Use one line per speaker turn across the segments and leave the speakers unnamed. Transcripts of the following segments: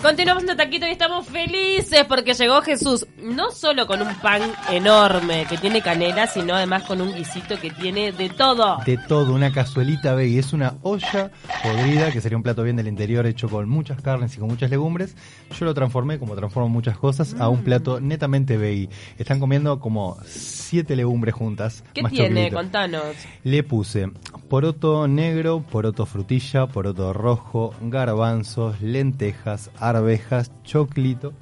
continuamos en Taquito y estamos felices porque llegó Jesús, no solo con un pan enorme que tiene canela, sino además con un guisito que tiene de todo.
De todo, una cazuelita, baby. Es una olla podrida, que sería un plato bien del interior hecho con muchas carnes y con muchas legumbres. Yo lo transformé, como transformo muchas cosas, a
Mm.
un plato netamente baby. Están comiendo como siete legumbres juntas.
¿Qué
más
tiene?
choclito.
Contanos.
Le puse poroto negro, poroto frutilla, poroto rojo, garbanzos, lentejas, arvejas, choclito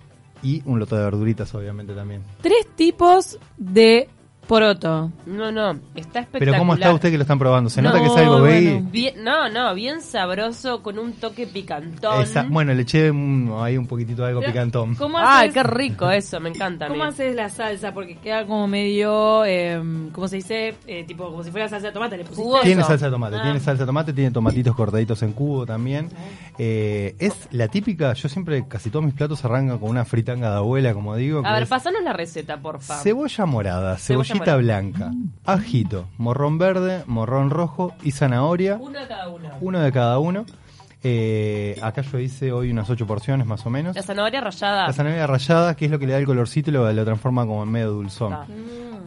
y un lote de verduritas, obviamente, también.
Tres tipos de poroto.
No, no, está espectacular.
Pero ¿cómo está usted que lo están probando? ¿Se
No,
nota que es algo baby?
bueno.
Bien- no, no, bien sabroso, con un toque picantón.
Esa- bueno, le eché un- ahí un poquitito de algo
Pero,
picantón.
¿Cómo
Ay,
haces,
qué rico eso, me encanta. a mí.
cómo haces la salsa? Porque queda como medio, eh, ¿cómo se dice? Eh, tipo, como si fuera salsa de tomate. Le pusiste.
Jugoso.
Tiene salsa de tomate,
Ah.
tiene salsa de tomate, tiene tomatitos cortaditos en cubo también. Eh, es la típica, yo siempre, casi todos mis platos arrancan con una fritanga de abuela, como digo.
A
que
ver,
es
pasanos la receta, porfa.
Cebolla morada,
Cebolla
cebollita
morada.
blanca, ajito, morrón verde, morrón rojo y zanahoria,
Uno a cada uno.
uno de cada uno. Eh, acá yo hice hoy unas ocho porciones más o menos.
La zanahoria rallada.
La zanahoria rallada, que es lo que le da el colorcito y lo, lo transforma como en medio dulzón.
Ah.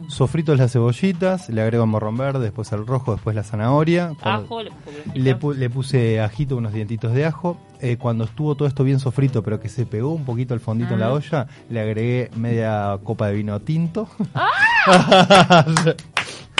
Sofrito las cebollitas, le agrego morrón verde, después el rojo, después la zanahoria. Cuando-
Ajo, le-
le, pu- le puse ajito, unos dientitos de ajo. Eh, cuando estuvo todo esto bien sofrito, pero que se pegó un poquito al fondito
Ah.
en la olla, le agregué media copa de vino tinto.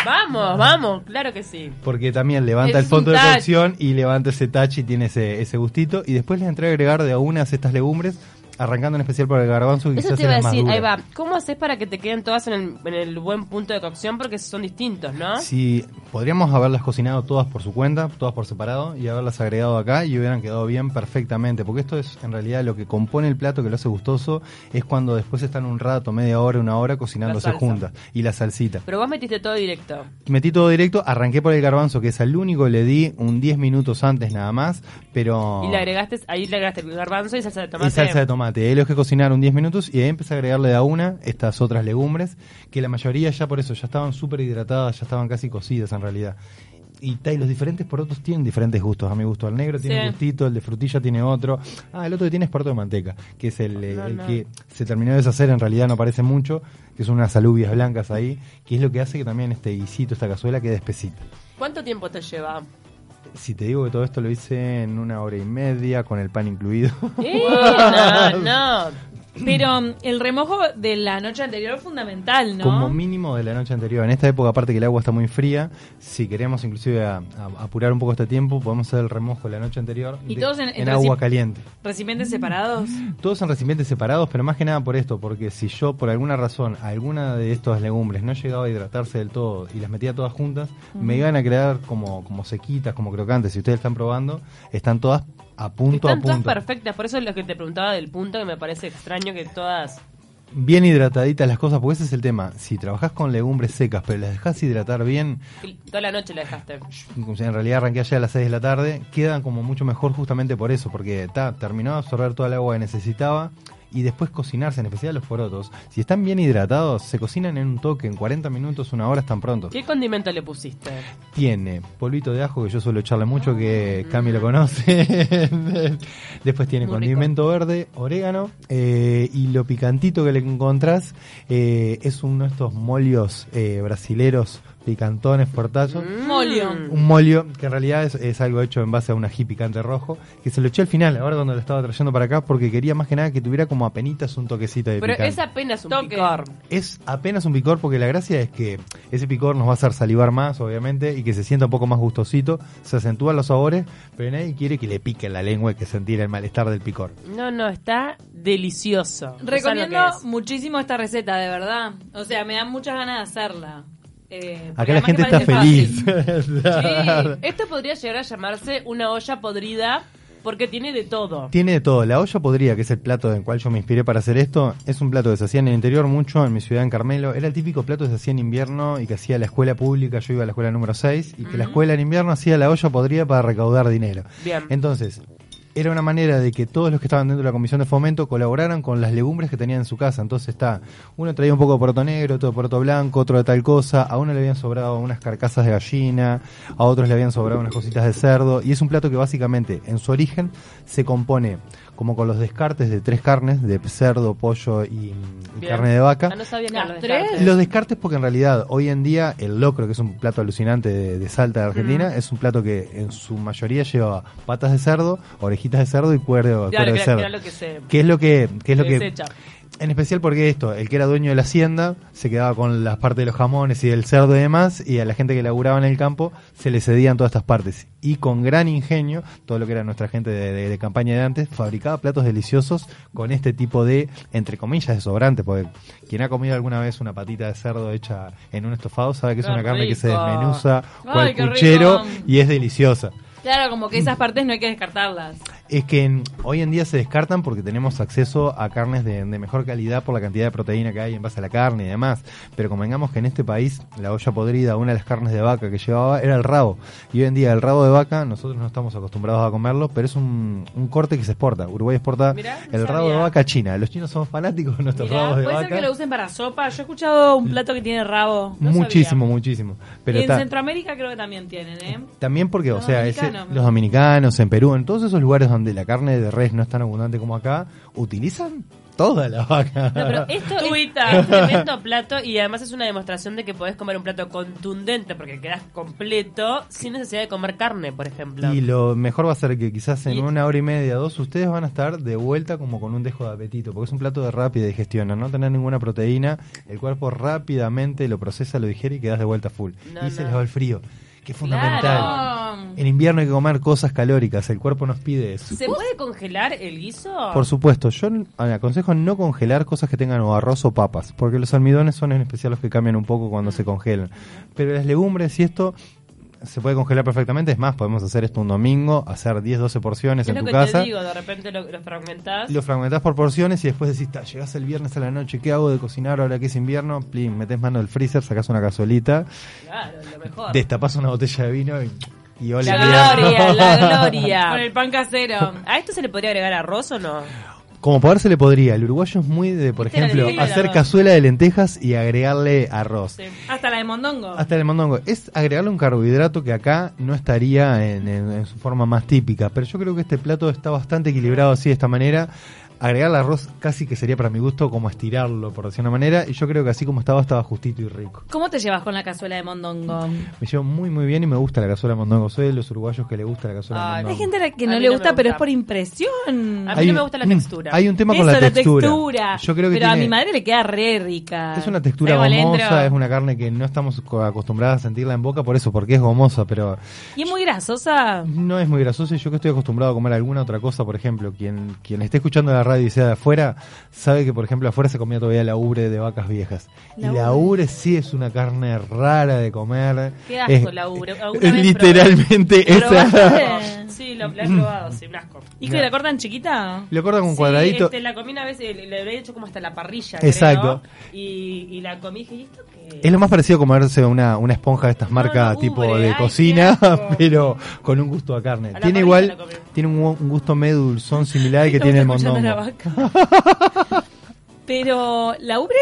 Vamos, vamos, claro que sí.
Porque también levanta
Es
el fondo
un
de
touch.
cocción y levanta ese touch y tiene ese, ese gustito. Y después les entré a agregar de a unas estas legumbres, arrancando en especial por el garbanzo, que
Eso
quizás
te iba a
era más
decir, ahí
dura.
va. ¿Cómo haces para que te queden todas en el, en el buen punto de cocción? Porque son distintos, ¿no?
Si podríamos haberlas cocinado todas por su cuenta, todas por separado, y haberlas agregado acá y hubieran quedado bien perfectamente, porque esto es en realidad lo que compone el plato que lo hace gustoso, es cuando después están un rato, media hora, una hora cocinándose
salsa.
juntas, y la salsita.
Pero vos metiste todo directo.
Metí todo directo, arranqué por el garbanzo, que es al único, le di un 10 minutos antes nada más, pero...
Y le agregaste, ahí le agregaste el garbanzo y salsa de tomate.
Y salsa de tomate. Ahí los que cocinaron 10 minutos y ahí empecé a agregarle de a una estas otras legumbres, que la mayoría ya por eso ya estaban súper hidratadas, ya estaban casi cocidas en realidad. Y, ta, y los diferentes porotos tienen diferentes gustos. A mi gusto, el negro tiene
Sí.
un gustito, el de frutilla tiene otro. Ah, el otro que tiene es poroto de manteca, que es el, eh,
No,
el
no.
que se terminó de deshacer, en realidad no parece mucho, que son unas alubias blancas ahí, que es lo que hace que también este guisito, esta cazuela quede espesita.
¿Cuánto tiempo te lleva?
Si te digo que todo esto lo hice en una hora y media, con el pan incluido.
Eh, no, no.
Pero mm, el remojo de la noche anterior es fundamental, ¿no?
Como mínimo de la noche anterior. En esta época, aparte que el agua está muy fría, si queremos inclusive a- a- apurar un poco este tiempo, podemos hacer el remojo la noche anterior
Y todos en- entre
agua
sí-
caliente.
Recipientes separados.
Todos en recipientes separados, pero más que nada por esto, porque si yo por alguna razón alguna de estas legumbres no llegaba a hidratarse del todo y las metía todas juntas, me iban a quedar como, como sequitas, como crocantes. Si ustedes están probando, están todas a punto
Están
a punto.
todas perfectas, por eso es lo que te preguntaba del punto que me parece extraño que todas.
bien hidrataditas las cosas, porque ese es el tema. Si trabajás con legumbres secas, pero las dejas hidratar bien,
que Toda la noche la dejaste.
O sea, en realidad arranqué ayer a las 6 de la tarde, quedan como mucho mejor justamente por eso, porque ta, terminó de absorber toda el agua que necesitaba y después cocinarse, en especial los porotos. Si están bien hidratados, se cocinan en un toque, en 40 minutos, una hora están prontos.
¿Qué condimento le pusiste?
Tiene polvito de ajo, que yo suelo echarle mucho, que Cami lo conoce. Después tiene
Mm. Muy
condimento verde, orégano, eh, y lo picantito que le encontrás eh, es uno de estos molios eh, brasileros, picantones, portazos
Mm.
Molio.
un molio que en realidad es, es algo hecho en base a un ají picante rojo que se lo eché al final ahora cuando lo estaba trayendo para acá porque quería más que nada que tuviera como apenitas un toquecito de
Pero
picante
es apenas un
Toque.
picor.
es apenas un picor porque la gracia es que ese picor nos va a hacer salivar más, obviamente, y que se sienta un poco más gustosito, se acentúan los sabores, pero nadie quiere que le pique en la lengua y que sentir el malestar del picor.
No, no, está delicioso.
Recomiendo
Usan lo que es.
muchísimo esta receta, de verdad. O sea, me dan muchas ganas de hacerla. Eh, porque
Acá la
además
gente
que
está
parece fácil.
feliz.
Sí, esto podría llegar a llamarse una olla podrida porque tiene de todo.
Tiene de todo. La olla podrida, que es el plato del cual yo me inspiré para hacer esto, es un plato que se hacía en el interior mucho, en mi ciudad, en Carmelo. Era el típico plato que se hacía en invierno y que hacía la escuela pública. Yo iba a la escuela número 6 y que la escuela en invierno hacía la olla podrida para recaudar dinero.
Bien.
Entonces, era una manera de que todos los que estaban dentro de la comisión de fomento colaboraran con las legumbres que tenían en su casa. Entonces está, uno traía un poco de poroto negro, otro de poroto blanco, otro de tal cosa, a uno le habían sobrado unas carcasas de gallina, a otros le habían sobrado unas cositas de cerdo, y es un plato que básicamente en su origen se compone como con los descartes de tres carnes, de cerdo, pollo y, y
Bien.
carne de vaca.
Ah, no sabía que
Las
era de
tres.
carne.
Los descartes porque en realidad hoy en día el locro, que es un plato alucinante de, de Salta de Argentina, es un plato que en su mayoría lleva patas de cerdo, orejitas de cerdo y cuero, cuero
Claro,
de
que era- que
cerdo.
era lo que se
¿Qué es lo que, qué es lo que
desecha.
en especial porque esto, el que era dueño de la hacienda se quedaba con las partes de los jamones y del cerdo y demás, y a la gente que laburaba en el campo se le cedían todas estas partes. Y con gran ingenio, todo lo que era nuestra gente de, de- de campaña de antes, fabricaba platos deliciosos con este tipo de, entre comillas, desobrante, porque quien ha comido alguna vez una patita de cerdo hecha en un estofado sabe que es
¡Qué
una carne que se
rico!
desmenuza cual
¡Ay, qué
cuchero
rico!
y es deliciosa.
Claro, como que esas partes no hay que descartarlas.
Es que en- hoy en día se descartan porque tenemos acceso a carnes de, de mejor calidad por la cantidad de proteína que hay en base a la carne y demás. Pero convengamos que en este país la olla podrida, una de las carnes de vaca que llevaba era el rabo. Y hoy en día el rabo de vaca, nosotros no estamos acostumbrados a comerlo, pero es un, un corte que se exporta. Uruguay exporta
Mirá, no
el rabo de
sabía.
vaca a China. Los chinos son fanáticos de nuestros
Mirá,
rabos de
puede
vaca.
ser que lo usen para sopa. Yo he escuchado un plato que tiene rabo. No
muchísimo,
sabía.
muchísimo. Pero
y en
está-
Centroamérica creo que también tienen, ¿eh?
También porque, o
Los
sea, ese-
dominicanos, me
los dominicanos, en Perú, en todos esos lugares donde la carne de res no es tan abundante como acá, utilizan toda la vaca.
No, pero esto es,
Tuita.
es tremendo plato y además es una demostración de que podés comer un plato contundente porque quedás completo sin necesidad de comer carne, por ejemplo.
Y lo mejor va a ser que quizás en
Y-
una hora y media, dos, ustedes van a estar de vuelta como con un dejo de apetito, porque es un plato de rápida digestión, al no tener ninguna proteína, el cuerpo rápidamente lo procesa, lo digiere y quedas de vuelta full.
No,
y se
no.
les va el frío, que es fundamental.
Claro.
En invierno hay que comer cosas calóricas, el cuerpo nos pide eso.
¿Se puede congelar el guiso?
Por supuesto, yo n- aconsejo no congelar cosas que tengan o arroz o papas, porque los almidones son en especial los que cambian un poco cuando
Mm.
se congelan. Pero las legumbres y esto se puede congelar perfectamente, es más, podemos hacer esto un domingo, hacer 10, 12 porciones
es
en
lo
tu
que
casa.
te digo, de repente lo, lo fragmentás.
Lo fragmentás por porciones y después decís, "Ta, llegás el viernes a la noche, ¿qué hago de cocinar ahora que es invierno? Plin, metés mano del freezer, sacás una cazuelita,
Claro, lo mejor.
destapás una botella de vino y, y ole
La
invierno.
gloria, la gloria.
Con el pan casero.
¿A esto se le podría agregar arroz o no?
Como poder se le podría. El uruguayo es muy de, por
Viste la
ejemplo,
lenteja y Este el
hacer
arroz.
cazuela de lentejas y agregarle arroz.
Hasta la de mondongo.
Hasta el mondongo. Es agregarle un carbohidrato que acá no estaría en, en- en su forma más típica. Pero yo creo que este plato está bastante equilibrado así de esta manera. Agregarle arroz casi que sería para mi gusto como estirarlo, por decir una manera. Y yo creo que así como estaba, estaba justito y rico.
¿Cómo te llevas con la cazuela de mondongo?
Me llevo muy, muy bien y me gusta la cazuela de mondongo. Soy de los uruguayos que le gusta la cazuela de
Ay,
mondongo.
Hay gente a la que
A
no
mí
le
no me
gusta, pero es
gusta.
por impresión.
A mí no me gusta la
un-
textura.
Hay un tema
Eso,
con la
la
textura.
textura.
Yo creo que
pero a
tiene-
mi madre le queda re rica.
Es una textura
Re
gomosa,
bolendro.
es una carne que no estamos co- acostumbrados a sentirla en boca por eso, porque es gomosa, pero
Y es muy grasosa.
no es muy grasosa y yo que estoy acostumbrado a comer alguna otra cosa, por ejemplo, quien, quien esté escuchando la radio y sea de afuera, sabe que por ejemplo afuera se comía todavía la ubre de vacas viejas.
La
y la ubre sí es una carne rara de comer.
Qué asco
Es-
la ubre. Alguna
es
vez
literalmente esa.
¿Probaste? Sí, lo, lo he probado, sí, un asco.
Hijo, ¿y la cortan chiquita?
Lo cortan con un
Sí,
cuadradito.
este, la comí una vez, eh, le, le había hecho como hasta la parrilla.
Exacto.
creo, y, y la comí y dije, ¿y esto qué?
Es lo más parecido a comerse una, una esponja de estas
No,
marcas
no,
tipo
ubre,
de
ay, qué
cocina,
asco.
pero con un gusto a carne.
la parrilla
tiene igual,
la comí.
tiene un, un gusto medio dulzón similar al que tiene el
Estamos escuchando
mondongo.
a la vaca. Pero la ubre,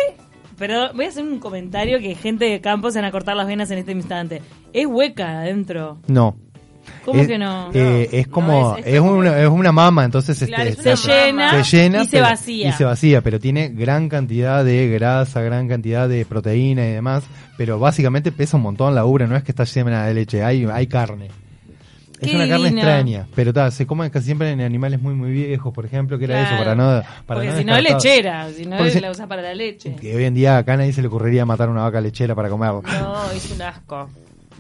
pero voy a hacer un comentario que gente de campo se van a cortar las venas en este instante. Es hueca adentro.
No.
¿Cómo
es,
que no?
eh,
No,
es
no,
como,
es-
es,
es como-
una, es una mama, entonces
Claro,
este,
es
se
una
se,
llena,
mama.
se llena
y se
pero-
vacía.
y se vacía, pero tiene gran cantidad de grasa, gran cantidad de proteína y demás, pero básicamente pesa un montón la ubre, no es que está llena de leche, hay, hay carne. Es
Qué
una carne
divina.
extraña, pero ta, se come casi siempre en animales muy muy viejos, por ejemplo, que era eso, para no para
Porque
no
si no es
descartar.
lechera, si no
Porque si-
la usas para la leche.
Que hoy en día acá a nadie se le ocurriría matar una vaca lechera para comerlo.
No, es un asco.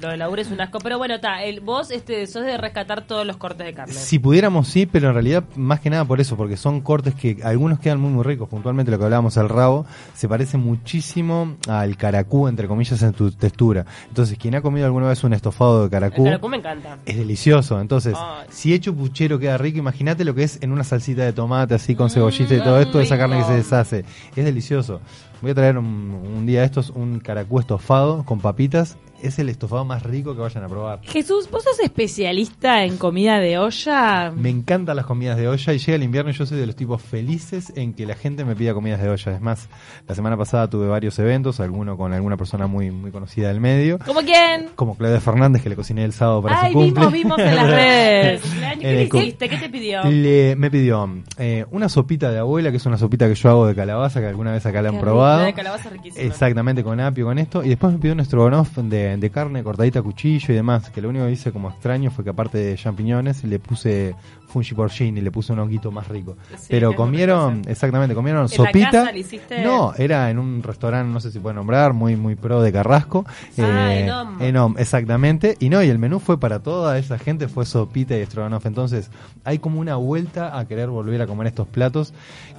Lo de la ubre es un asco. Pero bueno, ta, el, vos este, sos de rescatar todos los cortes de carne.
Si pudiéramos, sí, pero en realidad, más que nada por eso, porque son cortes que algunos quedan muy, muy ricos. Puntualmente, lo que hablábamos al rabo, se parece muchísimo al caracú, entre comillas, en tu textura. Entonces, quien ha comido alguna vez un estofado de
El
caracú,
caracú me Ah. encanta.
es delicioso. Entonces,
Ay.
si hecho puchero queda rico, imagínate
Mm,
lo que es en una salsita de tomate, así con cebollita y todo esto, esa carne que se deshace. Es delicioso. Voy a traer un, un día de estos un caracú estofado con papitas. Es el estofado más rico que vayan a probar.
Jesús, vos sos especialista en comida de olla.
Me encantan las comidas de olla y llega el invierno y yo soy de los tipos felices en que la gente me pida comidas de olla. Es más, la semana pasada tuve varios eventos, alguno con alguna persona muy, muy conocida del medio,
¿Cómo quién?
como Claudia Fernández que le cociné el sábado para
Ay,
su cumple.
vimos, vimos en las redes.
¿Qué
En
le
el cu-
hiciste? ¿Qué te pidió?
Le- me pidió eh, una sopita de abuela, que es una sopita que yo hago de calabaza, que alguna vez acá la
Qué
han
rico,
probado.
La de calabaza riquísima.
Exactamente, con apio, con esto. Y después me pidió un estrogonoff de, de carne cortadita a cuchillo y demás. Que lo único que hice como extraño fue que aparte de champiñones le puse fungi porcini, le puse un honguito más rico.
Sí,
Pero
es lo que
comieron, exactamente, comieron
¿En la
sopita.
casa le hiciste?
No, era en un restaurante, no sé si puede nombrar, muy muy pro de Carrasco. Eh,
Ah, en Om.
en Om, exactamente. Y no, y el menú fue para toda esa gente, fue sopita y estrogonoff. Entonces, hay como una vuelta a querer volver a comer estos platos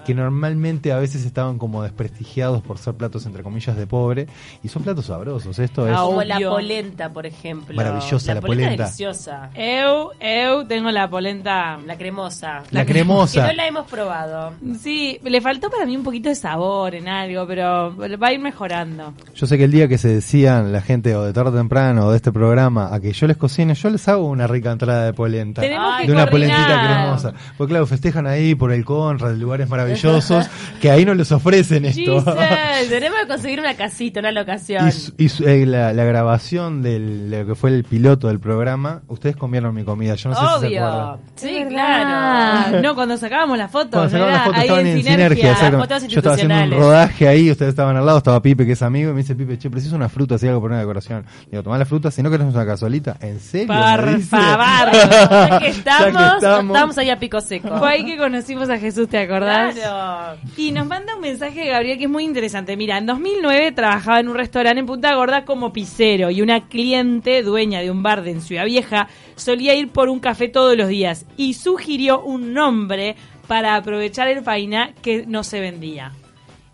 que normalmente a veces estaban como desprestigiados por ser platos entre comillas de pobre y son platos sabrosos. Esto es
Ah,
Como la
Obvio.
polenta, por ejemplo.
Maravillosa la polenta.
deliciosa. Eh,
Eu, eu tengo la polenta.
La cremosa.
La cremosa.
Que no la hemos probado.
Sí, le faltó para mí un poquito de sabor en algo, pero va a ir mejorando.
Yo sé que el día que se decían la gente o de tarde o temprano o de este programa a que yo les cocine, yo les hago una rica entrada de polenta.
Tenemos
Ay,
que
de una
coordinar.
polentita cremosa. Porque claro, festejan ahí por el Conra, de lugares maravillosos, que ahí no les ofrecen esto.
Jesus, Eh, tenemos que conseguir una casita, una locación.
Y, su- y su- eh, la, la grabación del- de lo que fue el piloto del programa, ustedes comieron mi comida, yo no sé si se
Obvio.
acuerdan.
Sí,
Es
claro.
verdad. No, cuando sacábamos las fotos,
Cuando sacaban
¿verdad?
las fotos
Ahí
estaban en sinergia,
las
exactamente.
fotos
Yo estaba haciendo un
institucionales.
rodaje ahí, ustedes estaban al lado, estaba Pipe, que es amigo, y me dice, Pipe, che, preciso una fruta, si algo para una decoración. Digo, tomá la fruta, si no querés una cazuelita. ¿En serio? Me
Por
dice.
favor.
Ya que estamos,
Ya que
estamos.
estamos.
ahí a pico seco.
Fue ahí que conocimos a Jesús, ¿te acordás?
Claro.
Y nos manda un mensaje de Gabriel que es muy interesante. Mira, en 2009 trabajaba en un restaurante en Punta Gorda como pisero y una cliente dueña de un bar de en Ciudad Vieja solía ir por un café todos los días y sugirió un nombre para aprovechar el faina que no se vendía.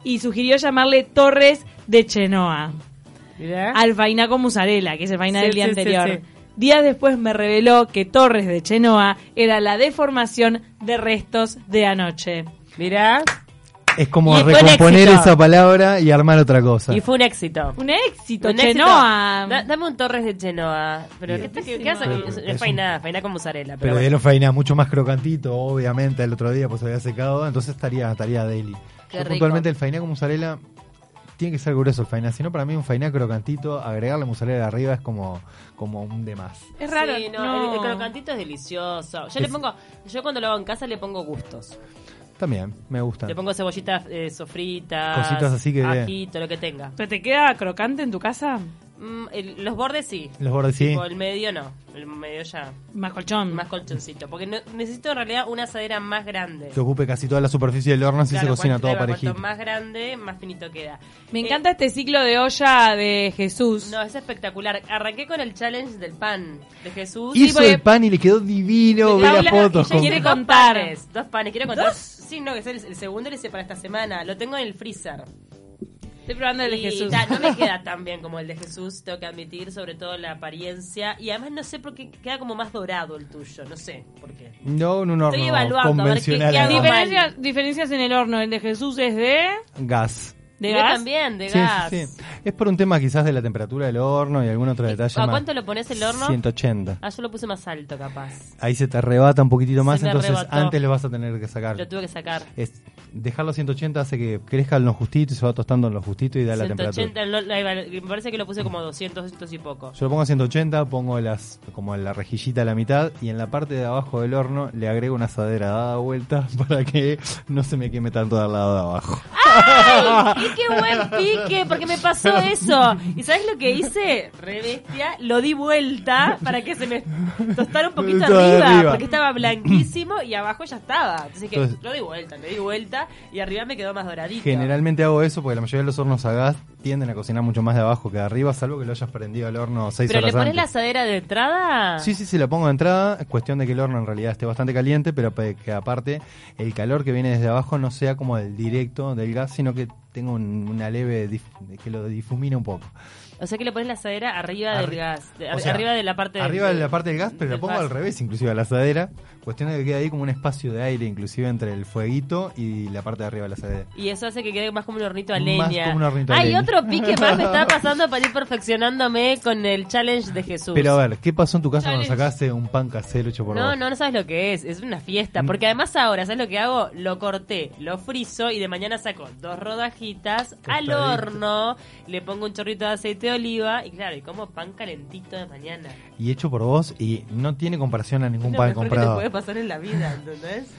Y sugirió llamarle Torres de Chenoa
Mirá.
al faina con mozzarella, que es el faina
¿Eh? Sí,
del día
sí, sí,
anterior.
sí.
Días después me reveló que Torres de Chenoa era la deformación de restos de anoche.
Mirá.
Es como
Y fue un
recomponer
éxito.
esa palabra y armar otra cosa.
Y fue un éxito.
Un éxito,
Un éxito.
Chenoa.
Da- dame un Torres de Chenoa. Pero ¿qué, te- qué, qué hace?
Pero-
Es
es un-
fainá, fainá con mozzarella. Pero,
Pero de
bueno.
lo faina mucho más crocantito, obviamente, el otro día pues se había secado, entonces estaría, estaría deli.
Qué
Yo
rico.
puntualmente el fainá con mozzarella tiene que ser grueso el fainá, si no para mí un fainá crocantito, agregarle mozzarella de arriba es como, como un de más.
Es raro.
Sí, no,
no.
El, el crocantito es delicioso. Yo le
Es-
pongo, yo cuando lo hago en casa le pongo gustos.
También, me gusta.
Le pongo cebollitas eh, sofritas,
Cositas así que-
ajito, lo que tenga.
¿Pero te queda crocante en tu casa?
Mm, el- los bordes sí.
Los bordes sí.
Tipo, el medio no. El medio ya.
Más colchón.
Más colchoncito. Porque no- necesito en realidad una asadera más grande.
Que ocupe casi toda la superficie del horno, así
Claro,
se cocina
cuanto-
todo
claro,
parejito.
Cuanto más grande, más finito queda.
Me
Eh,
encanta este ciclo de olla de Jesús.
No, es espectacular. Arranqué con el challenge del pan de Jesús.
Y-
Hizo
porque-
el pan y le quedó divino,
Y
ve
Paula-
las fotos.
y yo
con-
hice
quiere
dos
contar.
panes, dos panes, quiero contar. Sí, no, que es el, el segundo le hice para esta semana. Lo tengo en el freezer.
Estoy probando el de
Y
Jesús.
ta, no me queda tan bien como el de Jesús, tengo que admitir, sobre todo la apariencia. Y además no sé por qué queda como más dorado el tuyo, no sé por qué.
No, en un horno
evaluando, a ver qué-
convencional.
qué
a
hago.
gas.
Diferencias, diferencias en el horno. El de Jesús es de.
Gas.
¿De
Yo
gas?
también, de
Sí, sí,
gas.
sí. Es por un tema quizás de la temperatura del horno y algún otro detalle
¿A
más.
cuánto lo pones el horno?
180.
Ah, yo lo puse más alto, capaz.
Ahí se te arrebata un poquitito más,
Se me
entonces
arrebató.
antes lo vas a tener que
Lo
sacar.
tuve que sacar.
Es, dejarlo a 180 hace que crezca en lo justito y se va tostando en lo justito y da la temperatura.
180, no, ahí va, me parece que lo puse como 200, 200 y poco.
Yo lo pongo a 180, pongo las como la rejillita a la mitad y en la parte de abajo del horno le agrego una asadera dada vuelta para que no se me queme tanto del lado de abajo.
¡Ay! ¡Qué buen pique! Porque me pasó eso. ¿Y sabes lo que hice? Re bestia. Lo di vuelta para que se me tostara un poquito
Todo
arriba,
arriba.
Porque estaba blanquísimo y abajo ya estaba. Entonces que
Entonces-
lo di vuelta, lo di vuelta y arriba me quedó más doradito.
Generalmente hago eso porque la mayoría de los hornos a gas tienden a cocinar mucho más de abajo que de arriba, salvo que lo hayas prendido al horno 6
¿Pero
horas
le pones
antes.
la asadera de entrada?
Sí, sí, sí, la pongo de entrada. Es cuestión de que el horno en realidad esté bastante caliente, pero pe- que aparte el calor que viene desde abajo no sea como el directo del gas, sino que tenga un- una leve. dif- que lo difumina un poco.
O sea que le pones la asadera arriba
Arri-
del gas. de-
o
ar-
sea,
arriba de la parte
Arriba de la parte del gas, pero la
del
pongo
gas.
al revés, inclusive a la asadera. Cuestión de que queda ahí como un espacio de aire, inclusive entre el fueguito y la parte de arriba de la asadera.
Y eso hace que quede más como un hornito a
Más
leña.
como un hornito a
Hay
leña.
otro pique más me está pasando para ir perfeccionándome con el challenge de Jesús.
Pero a ver, ¿qué pasó en tu casa cuando
Challenge.
sacaste un pan casero hecho por Mm.
no,
vos?
no, no sabes lo que es. Es una fiesta. Porque además ahora, ¿sabes lo que hago? Lo corté, lo friso y de mañana saco dos rodajitas al
Tostadito.
horno, le pongo un chorrito de aceite de oliva y claro, y como pan calentito de mañana.
Y hecho por vos y no tiene comparación a ningún
Es lo
pan
mejor que te
comprado.
puede pasar en la vida, ¿entendés?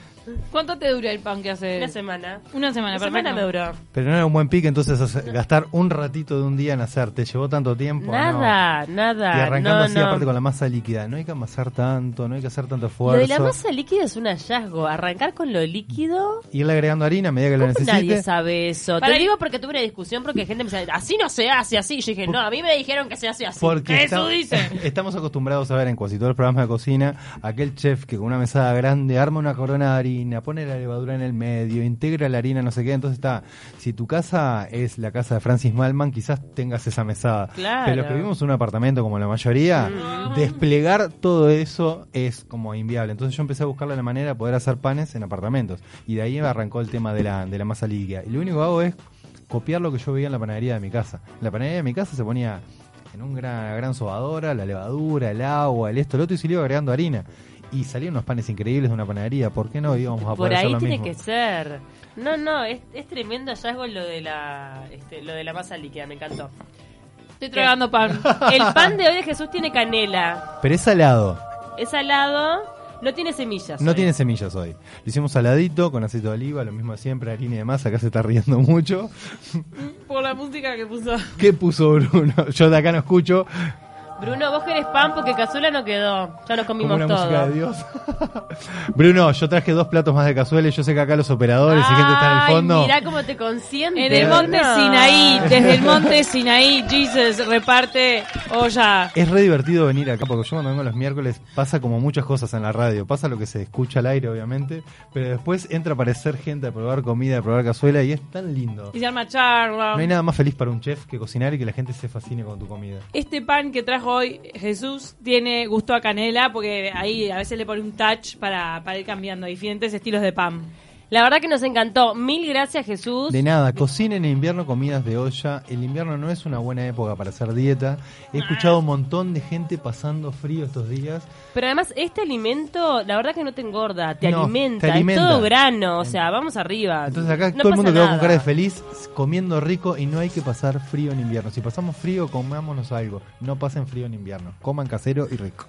¿Cuánto te dura el pan que hace?
Una semana.
Una semana,
Una
perfecto.
semana me duró.
Pero no era un buen pique, entonces hace- gastar un ratito de un día en hacer, te llevó tanto tiempo. Ah, no.
Nada, nada.
Y arrancando
no,
así,
no.
aparte con la masa líquida. No hay que amasar tanto, no hay que hacer tanto
Lo
esfuerzo.
de la masa líquida es un hallazgo. Arrancar con lo líquido.
Irle agregando harina a medida que lo
¿Cómo
necesite.
nadie sabe eso?
Para-
Te digo porque tuve una discusión porque gente me decía, así no se hace, así. Yo dije, no, a mí me dijeron que se hace así.
Porque
Eso
está-
dice.
estamos acostumbrados a ver en casi todos los programas de cocina aquel chef que con una mesada grande arma una corona de harina, pone la levadura en el medio, integra la harina, no sé qué. Entonces está, si tu casa es la casa de Francis Malman, quizás tengas esa mesada.
Claro.
Pero los que vivimos en un apartamento como la mayoría, desplegar todo eso es como inviable. Entonces yo empecé a buscarle la manera de poder hacer panes en apartamentos. Y de ahí arrancó el tema de la, de la masa líquida. Y lo único que hago es copiar lo que yo veía en la panadería de mi casa. En la panadería de mi casa se ponía en un gran, una gran sobadora, la levadura, el agua, el esto, el otro, y se le iba agregando harina. Y salían unos panes increíbles de una panadería. ¿Por qué no íbamos a
Por
poder hacer
ahí
lo
tiene
mismo?
que ser. No, no, es, es tremendo hallazgo lo de la este, lo de la masa líquida, me encantó.
Estoy tragando pan.
El pan de hoy de Jesús tiene canela,
Pero es salado.
es salado, no tiene semillas.
No
hoy.
tiene semillas hoy. Lo hicimos saladito, con aceite de oliva, lo mismo de siempre, harina y demás. Acá se está riendo mucho.
Por la música que puso.
¿Qué puso Bruno? Yo de acá no escucho.
Bruno, vos querés pan porque cazuela no quedó. Ya nos
Como
comimos
una música
todo.
de Dios. Bruno, yo traje dos platos más de cazuela. y Yo sé que acá los operadores y gente está en el
Ay,
fondo.
Mirá cómo te consiente.
En el monte
Bruno.
Sinaí, desde el monte Sinaí, Jesus reparte olla.
Es re divertido venir acá porque yo cuando vengo los miércoles pasa como muchas cosas en la radio. Pasa lo que se escucha al aire, obviamente, pero después entra a aparecer gente a probar comida, a probar cazuela y es tan lindo.
Y se arma charla.
No hay nada más feliz para un chef que cocinar y que la gente se fascine con tu comida.
Este pan que trajo hoy Jesús tiene gusto a canela porque ahí a veces le pone un touch para, para ir cambiando diferentes estilos de pan.
La verdad que nos encantó. Mil gracias, Jesús.
De nada, cocinen en invierno comidas de olla. El invierno no es una buena época para hacer dieta. He escuchado un montón de gente pasando frío estos días.
Pero además, este alimento, la verdad que no te engorda, te,
No,
alimenta,
te alimenta.
Es todo grano, o sea, vamos arriba.
Entonces acá
Ah, No
todo el mundo
pasa
quedó con
nada.
cara de feliz comiendo rico y no hay que pasar frío en invierno. Si pasamos frío, comámonos algo. No pasen frío en invierno. Coman casero y rico.